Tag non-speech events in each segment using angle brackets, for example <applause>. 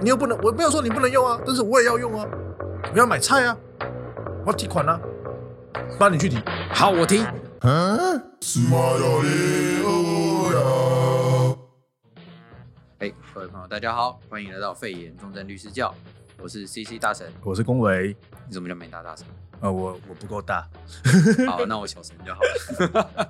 你又不能，我没有说你不能用啊，但是我也要用啊，我要买菜啊，我要提款啊，那你去提，好，我提。哎，各位朋友，大家好，欢迎来到肺炎重症律师教，我是 CC 大神。我是龚维，你怎么叫没大大神？呃，我我不够大，好，那我小神就好了。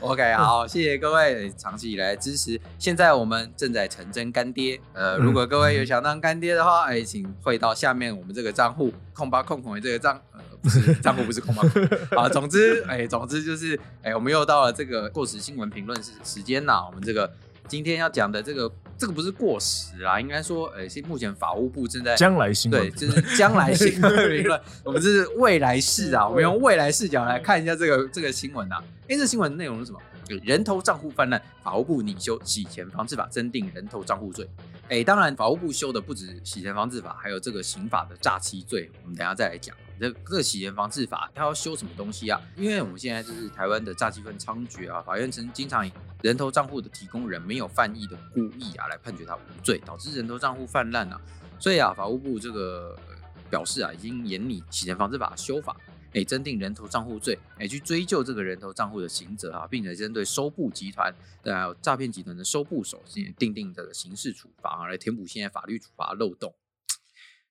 OK，好，谢谢各位长期以来的支持。现在我们正在成真干爹，呃，如果各位有想当干爹的话，哎，请汇到下面我们这个账户空八空空的这个账，呃，不是账户不是空八空啊。总之，哎，总之就是，哎，我们又到了这个过时新闻评论时时间啦。我们这个今天要讲的这个，这个不是过时啊，应该说，哎，是目前法务部正在将来新闻对，就是将来 <laughs> 新闻评论，我们这是未来视啊，我们用未来视角来看一下这个这个新闻啊。哎，这新闻内容是什么？有人头账户泛滥，法务部拟修洗钱防治法，增定人头账户罪。哎，当然，法务部修的不止洗钱防治法，还有这个刑法的诈欺罪，我们等一下再来讲。这这个洗钱防治法，它要修什么东西啊？因为我们现在就是台湾的诈欺犯猖獗啊，法院曾经常以人头账户的提供人没有犯意的故意啊来判决他无罪，导致人头账户泛滥啊。所以啊，法务部这个呃表示啊，已经严拟洗钱防治法修法，哎，增定人头账户罪，哎，去追究这个人头账户的刑责啊，并且针对收部集团对还有诈骗集团的收部手，进行定定这个刑事处罚、啊，来填补现在法律处罚漏洞，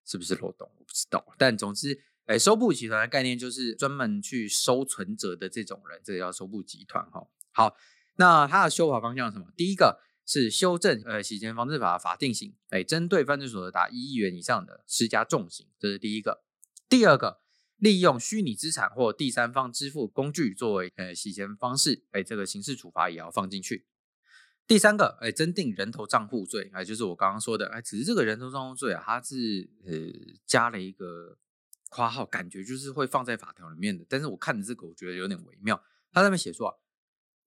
是不是漏洞？我不知道，但总之。哎，收部集团的概念就是专门去收存折的这种人，这个叫收部集团哈、好，那它的修法方向是什么？第一个是修正呃洗钱防治法的法定刑，哎，针对犯罪所得达一亿元以上的施加重刑，这是第一个。第二个，利用虚拟资产或第三方支付工具作为呃洗钱方式，哎，这个刑事处罚也要放进去。第三个，哎，增定人头账户罪，哎，就是我刚刚说的，哎，只是这个人头账户罪啊，它是呃加了一个括号，感觉就是会放在法条里面的，但是我看的这个我觉得有点微妙，他上面写说啊，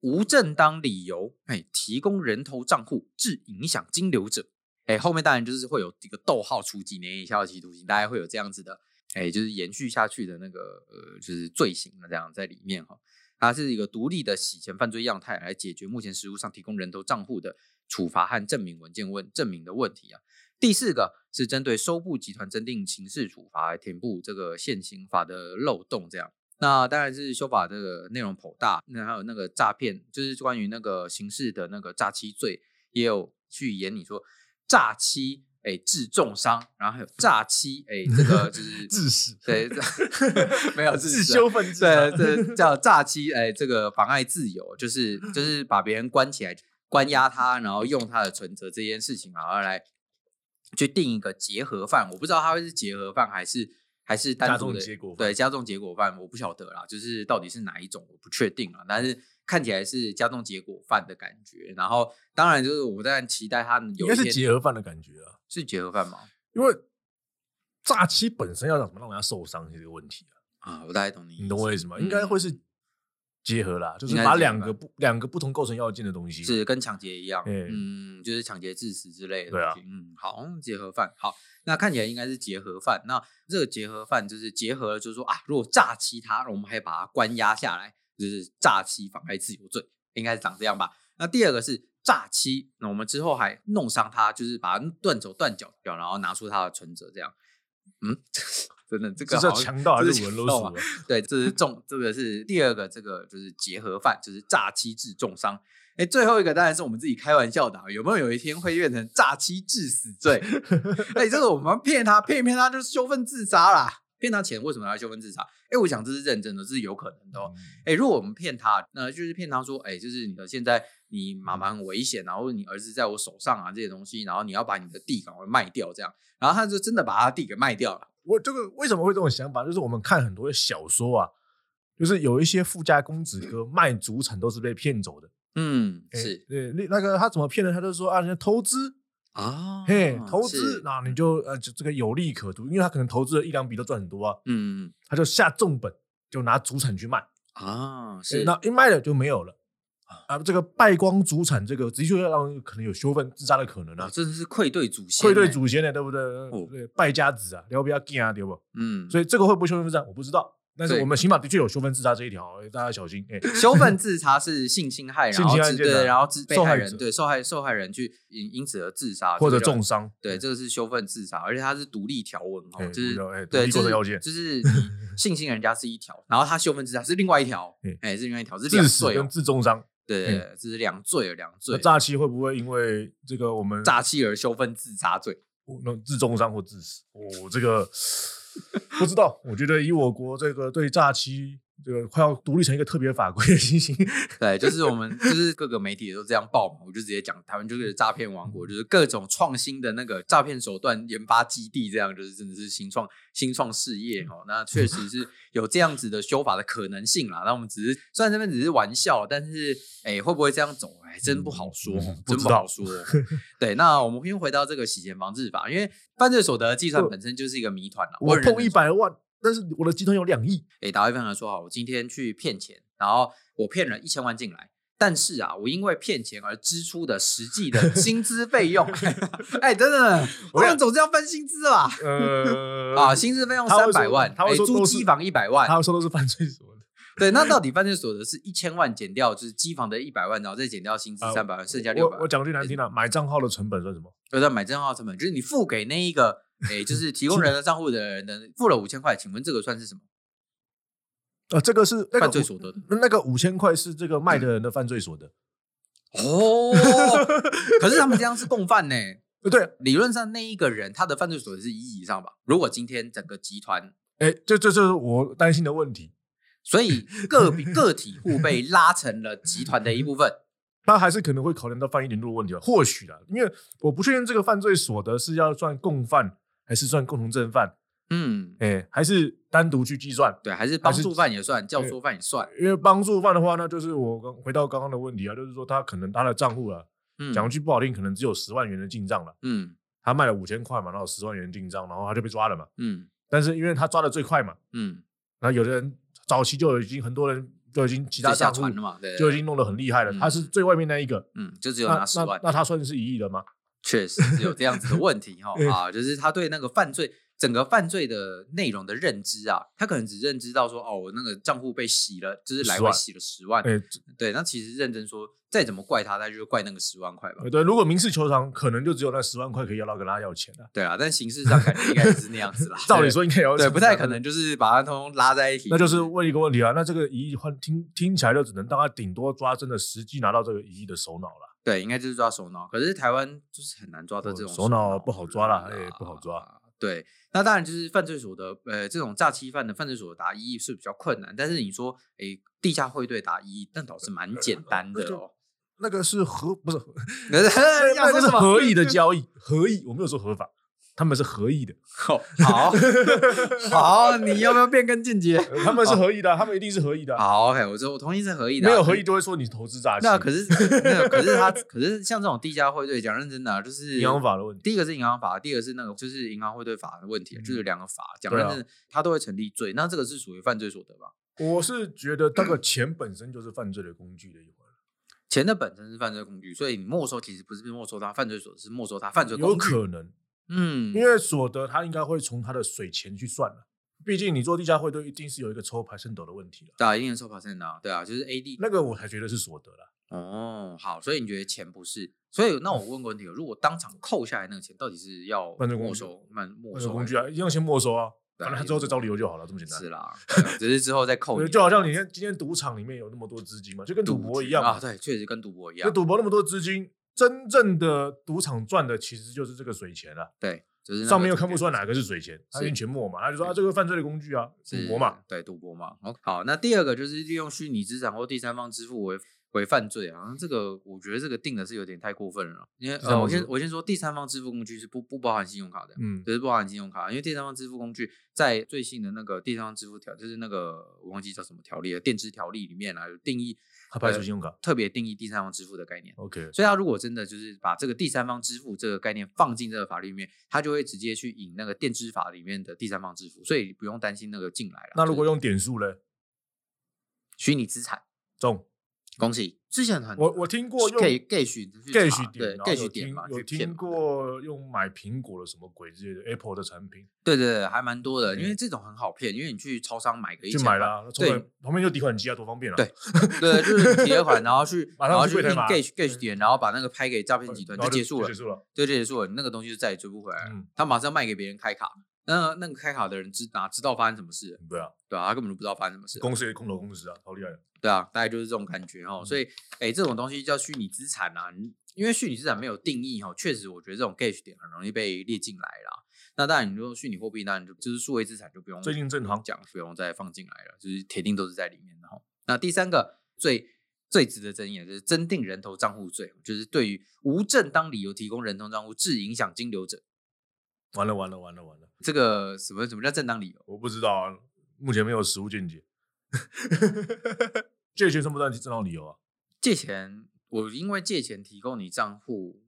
无正当理由，哎，提供人头账户致影响金流者，哎，后面当然就是会有一个逗号，处几年以下有期徒刑，大概会有这样子的，哎，就是延续下去的那个呃，就是罪行的这样在里面哈、它是一个独立的洗钱犯罪样态，来解决目前实务上提供人头账户的处罚和证明文件问证明的问题啊。第四个是针对收部集团增订刑事处罚，来填补这个现行法的漏洞。这样，那当然是修法这个内容颇大，那还有那个诈骗，就是关于那个刑事的那个诈欺罪，也有去演你说诈欺，哎、致重伤，然后还有诈欺，哎、这个就是致死，对，这 <laughs> 没有致自死啊修分制啊，对，这叫诈欺，哎，这个妨碍自由，就是就是把别人关起来，关押他，然后用他的存折这件事情啊，然后来去定一个结合犯，我不知道他会是结合犯还是还是单加独重的结果犯对加重结果犯，我不晓得啦，就是到底是哪一种，我不确定啊，但是。看起来是加重结果犯的感觉，然后当然就是我当然期待他应有该一是天结合犯的感觉啊，是结合犯吗？因为诈欺本身要让什么让人家受伤是一个问题啊，啊，我大概懂你意思，你懂我意思吗？嗯应该会是结合啦，就是应该是把结合两个吧不两个不同构成要件的东西，是跟抢劫一样，嗯嗯，就是抢劫致死之类的对啊东西嗯，好，结合犯，好，那看起来应该是结合犯。那这个结合犯就是结合了，就是说啊，如果诈欺他，我们还把他关押下来，就是诈欺妨碍自由罪，应该是长这样吧。那第二个是诈欺，那我们之后还弄伤他，就是把他断手断脚，然后拿出他的存折，这样，嗯， <laughs> 真的这个这叫好像强盗还这是文强篓盗鼠啊？啊对，这是重，这个是第二个，这个就是结合犯，就是诈欺致重伤。哎，最后一个当然是我们自己开玩笑的啊、有没有有一天会变成诈欺致死罪？ <laughs> 哎，这个我们骗他，骗一骗他就羞愤自杀啦，骗他钱为什么要羞愤自杀？哎，我想这是认真的，这是有可能的、哦。哎，如果我们骗他，那就是骗他说，哎，就是你的现在你妈妈很危险啊，然后你儿子在我手上啊这些东西，然后你要把你的地赶快卖掉这样，然后他就真的把他地给卖掉了。我这个为什么会这种想法？就是我们看很多的小说啊，就是有一些富家公子哥卖祖产都是被骗走的。嗯，诶是对，那那个他怎么骗的？他就说啊，人家投资，啊，嘿，投资，是那你就呃，就这个有利可图，因为他可能投资了一两笔都赚很多啊，嗯。他就下重本，就拿祖产去卖，啊，诶是那一卖了就没有了。啊，这个败光祖产，这个的确要让人可能有羞愤自杀的可能啊啊，，真的是愧对祖先，愧对，祖先的，对不对？哦对，败家子啊，要不要干啊，对不？嗯，所以这个会不会羞愤自杀，我不知道。但是我们刑法的确有修分自杀这一条，大家小心。哎、 <laughs> 羞愤自杀是性侵害，然性后侵自案件啊对，然后自被受害害人者对受害受害人去因因此而自杀或者这个叫重伤，对，这个是羞愤自杀，而且它是独立条文哎哦，就是独立哎独对，立就构成是要件就 <laughs> 是你性侵人家是一条，然后他羞愤自杀是另外一条哎，哎，是另外一条，是两致死罪跟哦，致重伤。对，对对这是两罪哦，两那罪，诈欺会不会因为这个我们诈欺而羞愤自杀罪，那致重伤或致死？我、这个不知道。我觉得以我国这个对诈欺这个快要独立成一个特别法规的情 <laughs> 形，对，就是我们就是各个媒体都这样报嘛，我就直接讲，台湾就是诈骗王国，就是各种创新的那个诈骗手段研发基地，这样就是真的是新创新创事嗯业哦。那确实是有这样子的修法的可能性啦。那我们只是虽然这边只是玩笑，但是哎、会不会这样走，哎，真不好说， <laughs> 嗯不真知不道好说。哦 <laughs> 对，那我们先回到这个洗钱防治法，因为犯罪所得的计算我本身就是一个谜团了。我很认碰真一百万，但是我的集团有两亿，给打位分来说好，我今天去骗钱，然后我骗了一千万进来，但是啊，我因为骗钱而支出的实际的薪资 <laughs> 费用，哎，等等，我们总是要分薪资吧？呃 <laughs> 啊，薪资费用他会三说百万，他会哎说租都是机房一百万他，们说都是犯罪所得，对，那到底犯罪所得是一千万减掉就是机房的一百万，然后再减掉薪资啊三百万，剩下六百我我万，讲句难听的、买账号的成本算什么？就在买账号成本，就是你付给那一个，哎，就是提供人的账户的人的付了五千块，请问这个算是什么呃，这个是那个犯罪五所得的？那个五千块是这个卖的人的犯罪所得， <laughs> 哦，可是他们这样是共犯呢。呃对，理论上那一个人他的犯罪所得是一亿以上吧？如果今天整个集团，哎，这这这是我担心的问题。所以个别个体户被拉成了集团的一 <laughs> 部分，他还是可能会考量到犯意联络的问题吧，或许啦，因为我不确定这个犯罪所得是要算共犯还是算共同正犯，嗯，哎、还是单独去计算。对，还是帮助犯也算，教唆犯也算，因为帮助犯的话，那就是我刚回到刚刚的问题啊，就是说他可能他的账户啊，嗯讲句不好听，可能只有十万元的进账了，嗯他卖了五千块嘛，然后十万元进账，然后他就被抓了嘛。嗯但是因为他抓的最快嘛，嗯，然后有的人早期就已经很多人就已经其他就下账户船了嘛，对，对就已经，弄得很厉害了，嗯他是最外面那一个，嗯，就只有那拿十那万，那他算是一亿了吗？确实是有这样子的问题 <laughs> 哈嗯啊，就是他对那个犯罪整个犯罪的内容的认知啊，他可能只认知到说哦，我那个账户被洗了，就是来10回万洗了十万，哎、对，那其实认真说，再怎么怪他，那就是怪那个十万块吧。呃对，如果民事求偿，可能就只有那十万块可以要到跟他要钱啊。。对啊，但形式上感觉应该就是那样子啦 <laughs> 照理说应该也要对，对，不太可能，就是把它通通拉在一起。那就是问一个问题啊，那这个一亿换听听起来就只能大概顶多抓真的实际拿到这个一亿的首脑了。对，应该就是抓首脑。可是台湾就是很难抓到这种手脑不好抓啦啦哎不好抓。啊对，那当然就是犯罪所得，呃，这种诈欺犯的犯罪所得达一亿是比较困难，但是你说，哎，地下汇兑达一亿，那倒是蛮简单的哦。那个是合不是？ <laughs> <laughs> 要哎那说个是什么？合意的交易，合意我没有说合法，他们是合意的，哦 <laughs> 好好，你要不要变更进阶？ <laughs> 他们是合意的啊，他们一定是合意的啊。好，OK，我这我同意是哦合意的没啊，有合可意就会说你投资诈欺，那可是 <laughs> 没有，可是他可是像这种地价汇兑，讲认真的啊、就是银行法的问题。第一个是银行法，第二个是那个就是银行汇兑法的问题，啊就是两个法，讲对认啊真的，他都会成立罪，那这个是属于犯罪所得吧？我是觉得这个钱本身就是犯罪的工具的一环，钱的本身是犯罪工具，所以你没收其实不是没收他犯罪所得，是没收他犯罪有工具。可能嗯，因为所得他应该会从他的水钱去算了，毕竟你做地下汇兑一定是有一个抽 percent 的问题了，对啊，一定受罚的啊，对啊，就是 A D 那个我才觉得是所得了。哦，好，所以你觉得钱不是？所以那我问个问题，哦如果当场扣下来那个钱，到底是要犯罪工没具收、没没那个收工具啊？啊，一样先没收啊，对反啊正他之后再找理由就好了，这么简单。是啦，对啊只是之后再扣 <laughs> 对你，就好像你看今天赌场里面有那么多资金嘛，就跟赌博一样啊，嘛，对，确实跟赌博一就样，赌博那么多资金，真正的赌场赚的其实就是这个水钱啊，对，就是那个上面又赌看不博出来哪个是水钱，他是用钱没嘛，他就说啊这个犯罪的工具啊，赌是博嘛，，对，赌博嘛。好好，那第二个就是利用虚拟资产或第三方支付为为犯罪啊，这个我觉得这个定的是有点太过分了，因为第三呃，方我支先付我先说第三方支付工具是不不包含信用卡的。嗯，就是不包含信用卡，因为第三方支付工具在最新的那个第三方支付条，就是那个我忘记叫什么条例了，电支条例里面啊，有定义他排除信用卡特别定义第三方支付的概念。 ，OK，所以他如果真的就是把这个第三方支付这个概念放进这个法律里面，他就会直接去引那个电支法里面的第三方支付，所以不用担心那个进来了。那如就是果用点数嘞，虚拟资产中恭喜！之前很我我听过用 gay gay 许 gay 许点，对然后 gay 有许听点嘛，有去骗听嘛过用买苹果的什么鬼之类的 Apple 的产品对对对，还蛮多的，因为这种很好骗，因为你去超商买个一哎去千买块啦，那充满对旁边就提款机啊，多方便啊！对对，就是结款，然后 <laughs> 去马然上后去柜去印台码 gauge gauge 点，然后把那个拍给诈骗集团呃然后就结束了结，束了。对，就结束了，你那个东西就再也追不回来了。嗯，他马上卖给别人开卡，那那个开卡的人知哪知道发生什么事了？对啊，对啊，他根本就不知道发生什么事了。公司也空投公司啊，超厉害的。对啊，大概就是这种感觉哦。嗯所以，哎，这种东西叫虚拟资产啊，你因为虚拟资产没有定义哦，确实我觉得这种 gauge 点很容易被列进来啦。那当然，你说虚拟货币，那你就就是数位资产就不用最近正行讲，不用再放进来了，就是铁定都是在里面的哈。那第三个最最值得争议的就是增订人头账户罪，就是对于无正当理由提供人头账户致影响金流者，完了完了完了完了，这个什么什么叫正当理由？我不知道啊，目前没有实物见解。 <laughs> 借钱算不算正当理由啊？借钱，我因为借钱提供你账户，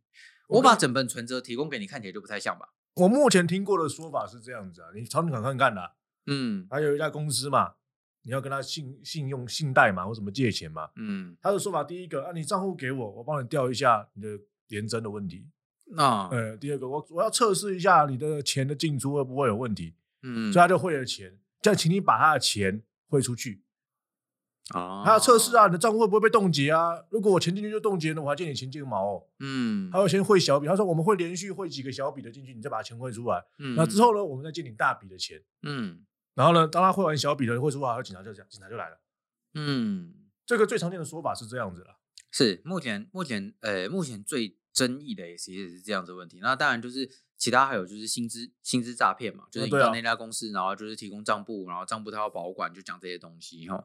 我我把跟整本存折提供给你，看起来就不太像吧？我目前听过的说法是这样子啊，你常常看看的、啊，嗯还有一家公司嘛，你要跟他信信用信贷嘛，或什么借钱嘛，嗯，他的说法第一个啊，你账户给我，我帮你调一下你的连征的问题。那呃，第二个，我我要测试一下你的钱的进出会不会有问题，嗯所以他就汇了钱，再请你把他的钱汇出去，啊他要测试，啊，你的账户会不会被冻结啊？如果我钱进去就冻结了，我还借你钱借个毛哦。嗯他，要先汇小笔，他说我们会连续汇几个小笔的进去，你再把钱汇出来，嗯那之后呢，我们再借你大笔的钱。嗯然后呢，当他汇完小笔的汇出来，警察就这样，警察就来了。嗯。这个最常见的说法是这样子啦，是目前目前呃目前最争议的也其实也是这样子的问题。那当然就是其他还有就是薪资薪资诈骗嘛，就是嗯你对到啊那家公司，然后就是提供账簿，然后账簿他要保管，就讲这些东西哈。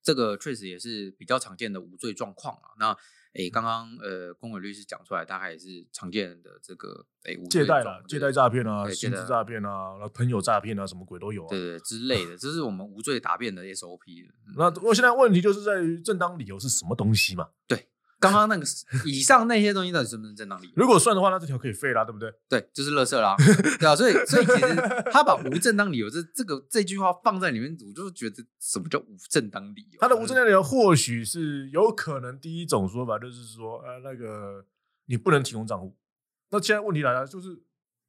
这个确实也是比较常见的无罪状况啊。那诶，嗯刚刚呃，公委律师讲出来，大概也是常见的这个诶无借罪贷状啦，对借贷诈骗啊，对借薪贷资诈骗啊，然后朋友诈骗啊，什么鬼都有啊。对对之类的，这是我们无罪答辩的 SOP 了。嗯那我现在问题就是在于正当理由是什么东西嘛？刚刚那个以上那些东西到底是不是正当理由？如果算的话，那这条可以废啦，对不对？对，就是乐色啦，对啊，所以所以其实 <laughs> 他把无正当理由这这个这句话放在里面，我就觉得什么叫无正当理由？他的无证当理嗯由或许是有可能第一种说法就是说，呃，那个你不能提供账户。那现在问题来了，就是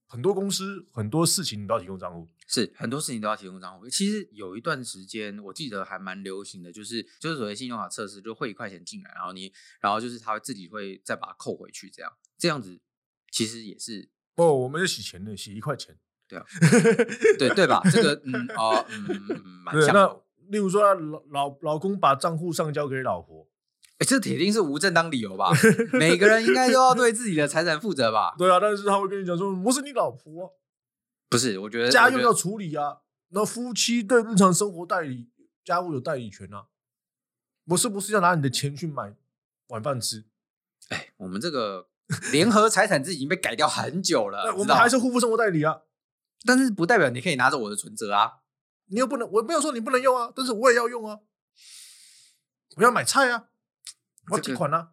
很多公司很多事情你都要提供账户，是很多事情都要提供账户。其实有一段时间，我记得还蛮流行的，就是就是所谓信用卡测试，就汇一块钱进来，然后你然后就是他会自己会再把它扣回去，这样这样子其实也是哦，我们是洗钱的，洗一块钱。对啊对对吧？这个嗯哦嗯嗯嗯蛮对，像那的，例如说老老老公把账户上交给老婆，哎，这铁定是无正当理由吧？每个人应该都要对自己的财产负责吧？对啊，但是他会跟你讲说，我是你老婆啊、不是，我觉得家我用觉要得处理啊，那夫妻对日常生活代理家务有代理权啊，我是不是要拿你的钱去买晚饭吃？哎，我们这个联合财产制已经被改掉很久了那，我呃知们道还吗是互付生活代理啊，但是不代表你可以拿着我的存折啊。你又不能，我没有说你不能用啊，但是我也要用啊，我要买菜啊，我要这提个款啊，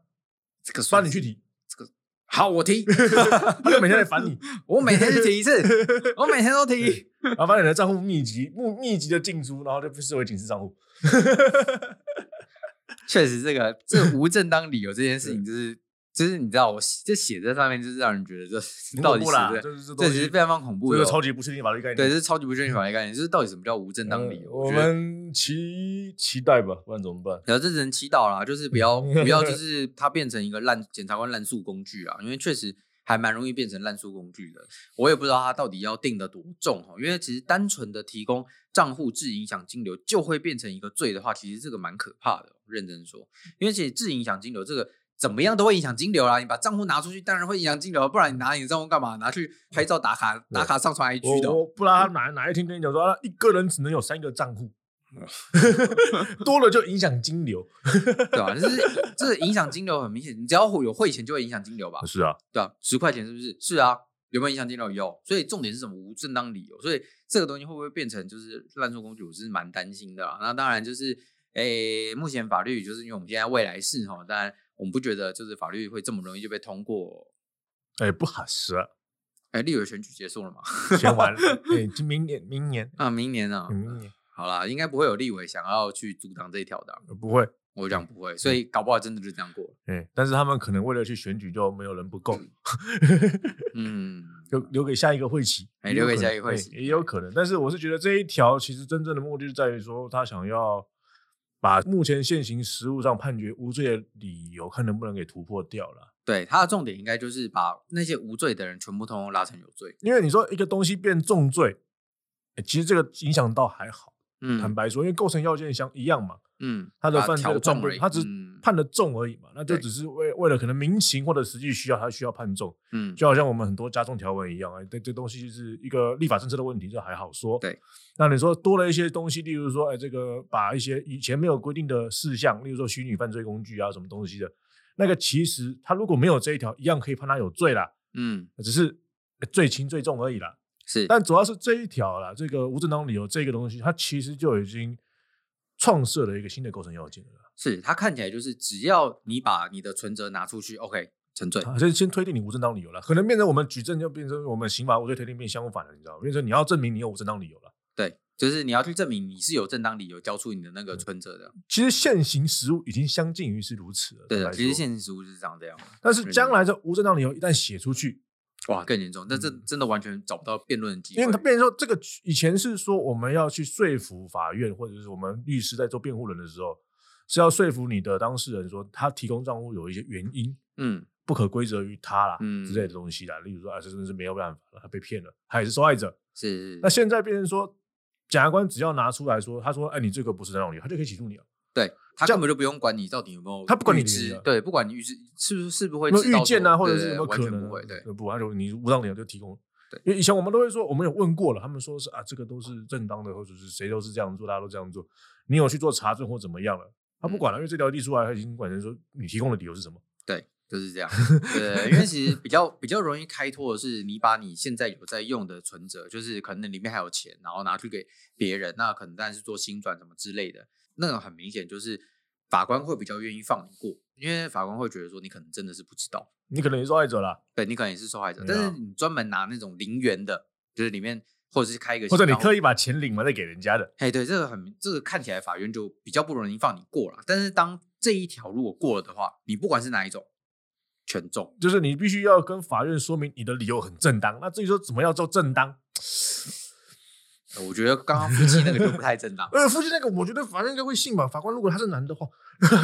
这个不算然你去提， <laughs> 好，我提，他就每天来烦 <laughs> 你，我每天去提一次，我每天 <laughs> 都提。然后把你的账户密集密密集的进出，然后就被视为警示账户。确实，这个这无正当理由这件事情，就是就是你知道，我写这写在上面，就是让人觉得这到很恐底是怖啦，不是这是这其实非常恐怖这的个哦，超级不确定法律概念。对，这是超级不正确法律概念，就是到底什么叫无正当理由？呃我觉得们期期待吧，不然怎么办？然后这只能祈祷啦，就是不要不要， <laughs> 就是它变成一个烂检察官滥诉工具啊，因为确实还蛮容易变成滥诉工具的。我也不知道他到底要定的多重哦，因为其实单纯的提供账户致影响金流就会变成一个罪的话，其实这个蛮可怕的。哦认真说，因为其实致影响金流这个。怎么样都会影响金流啦！你把账户拿出去，当然会影响金流，不然你拿你的账户干嘛？拿去拍照打卡，打卡上传 IG 的我哦、我不知道他哪哪一天跟你讲说，啊一个人只能有三个账户，多了就影响金流。对吧、就是这个影响金流很明显，你只要有汇钱就会影响金流吧？是啊，对啊，十块钱是不是？是啊，有没有影响金流？有，所以重点是什么？无正当理由，所以这个东西会不会变成就是滥收工具？我是蛮担心的啦。啊那当然就是，诶、目前法律就是因为我们现在未来是哈，当然我们不觉得就是法律会这么容易就被通过。哎、不好说，哎，立委选举结束了嘛？ <laughs> 先 <laughs> 完了，哎、今明年明年啊，明年啊，明年好啦，应该不会有立委想要去阻挡这一条的啊。不会，我讲不会，所以搞不好真的就这样过了。哎，但是他们可能为了去选举，就没有人不够，嗯，留留给下一个会期，哎也有留给可能下一个会期哎也有可能。但是我是觉得这一条其实真正的目的是在于说，他想要把目前现行实务上判决无罪的理由，看能不能给突破掉了。对，他的重点应该就是把那些无罪的人全部通通拉成有罪。因为你说一个东西变重罪，哎其实这个影响到还好。坦嗯白说，因为构成要件相一样嘛，嗯，他的把犯罪调的判重决而已，他只嗯判的重而已嘛，那就对只是为为了可能民情或者实际需要，他需要判重。嗯就好像我们很多加重条文一样，哎，这这东西是一个立法政策的问题，这还好说。对，那你说多了一些东西，例如说，哎，这个把一些以前没有规定的事项，例如说虚拟犯罪工具啊，什么东西的，那个其实他如果没有这一条，一样可以判他有罪啦，嗯只是呃罪轻罪重而已啦。是但主要是这一条啦，这个无正当理由这个东西，它其实就已经创设了一个新的构成要件了啦。是，他看起来就是只要你把你的存折拿出去，OK 成罪。 <laughs> 啊，先先推定你无正当理由了，可能变成我们举证就变成我们刑法无罪推定变相反了，你知道吗？变成你要证明你有无正当理由了。对，就是你要去证明你是有正当理由交出你的那嗯个存折的。其实现行实务已经相近于是如此了。对坦的，白其实说，现实实务是长这样。但是将来这无正当理由一旦写出去，哇，更严重，但这嗯真的完全找不到辩论的机会。因为他变成说这个以前是说我们要去说服法院或者是我们律师在做辩护人的时候，是要说服你的当事人说他提供账户有一些原因。嗯不可归责于他啦，嗯之类的东西啦，例如说啊，这真的是没有办法了，他被骗了，他也是受害者。是那现在变成说，检察官只要拿出来说，他说，哎，你这个不是正当理由，他就可以起诉你啊了。对他这根本就不用管你到底有没有，他不管你理知由，对，不管你预知是不是是不会有没知有道意见说啊，或者对是有对没有完可全能啊？不会，对，不，他就你无当理啊由就提供。对因为以前我们都会说，我们有问过了，他们说是啊，这个都是正当的，或者是谁都是这样做，大家都这样做。你有去做查证或怎么样了？他嗯不管了，因为这条例出来，他已经管人说你提供的理由是什么。对，就是这样。对，因为其实比较比较容易开拓的是，你把你现在有在用的存折，就是可能里面还有钱，然后拿去给别人，那可能当然是做新转什么之类的，那个很明显就是法官会比较愿意放你过，因为法官会觉得说你可能真的是不知道，你可能也是受害者啦，对你可能也是受害者，对啊但是你专门拿那种零元的，就是里面或者是开一个或者新你账户刻意把钱领完再给人家的，哎，对，这个很明，这个看起来法院就比较不容易放你过了。但是当这一条如果过了的话，你不管是哪一种，全中。就是你必须要跟法院说明你的理由很正当。那至于说怎么样叫正当，。呃我觉得刚刚夫妻那个就不太正当 <laughs> 呃，附近那个我觉得法院应该会信吧。法官如果他是男的话，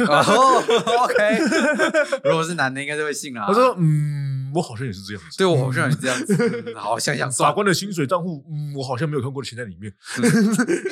哦，OK，<laughs> 如果是男的，应该就会信啦。他说嗯，我好像也是这样子。对我好像也这样子，嗯好想想法算，官的薪水账户，嗯，我好像没有看过钱在里面。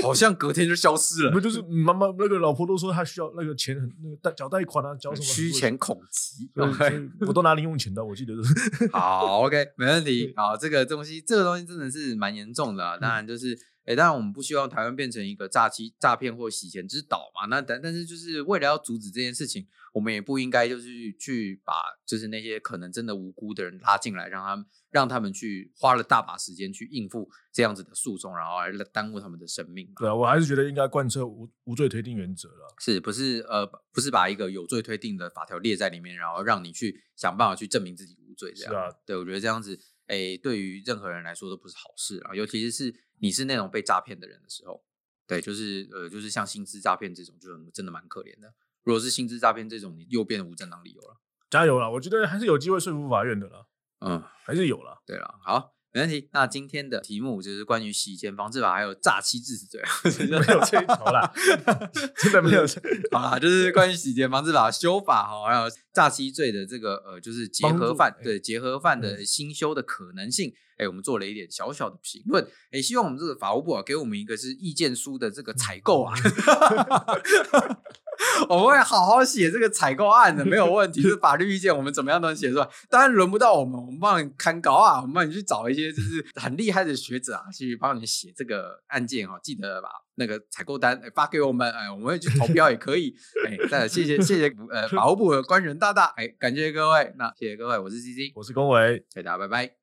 好像隔天就消失不了，就是嗯妈妈那个老婆都说她需要那个钱很那个贷缴贷款啊，缴什么虚钱恐急。对所以我都拿零用钱的，我记得是。好，OK，没问题。好，这个东西，这个东西真的是蛮严重的、啊。嗯当然就是，诶，当然我们不希望台湾变成一个诈欺、诈骗或洗钱之岛嘛。那但但是就是为了要阻止这件事情，我们也不应该就是去把就是那些可能真的无辜的人拉进来，让他们让他们去花了大把时间去应付这样子的诉讼，然后来耽误他们的生命嘛。对啊，我还是觉得应该贯彻无无罪推定原则了。是不是呃不是把一个有罪推定的法条列在里面，然后让你去想办法去证明自己无罪这是样？啊，对我觉得这样子，哎，对于任何人来说都不是好事啊，尤其是你是那种被诈骗的人的时候，对，就是呃就是像薪资诈骗这种，就很真的蛮可怜的。如果是薪资诈骗这种，你又变无正当理由了。加油啦！我觉得还是有机会说服法院的啦，嗯，还是有啦。对了，好。没问题。那今天的题目就是关于洗钱防治法，还有诈欺致死罪。 <laughs> <laughs> 没有这一条啦， <laughs> 真的没有这。 <laughs> 好啦，就是关于洗钱防治法修法哈，还有诈欺罪的这个呃，就是结帮合助犯哎对结合犯的嗯新修的可能性，哎、我们做了一点小小的评论，哎、希望我们这个法务部啊，给我们一个是意见书的这个采购哦 <laughs> 啊。我们会好好写这个采购案的，没有问题。这法律意见我们怎么样都能写出来，当然轮不到我们，我们帮你看稿啊，我们帮你去找一些就是很厉害的学者啊，去帮你写这个案件哦。记得把那个采购单、哎发给我们，哎，我们会去投标也可以。哎，再来谢谢谢谢呃法务部的官员大大，哎，感谢各位，那谢谢各位，我是 C C，我是龚维，大家拜拜。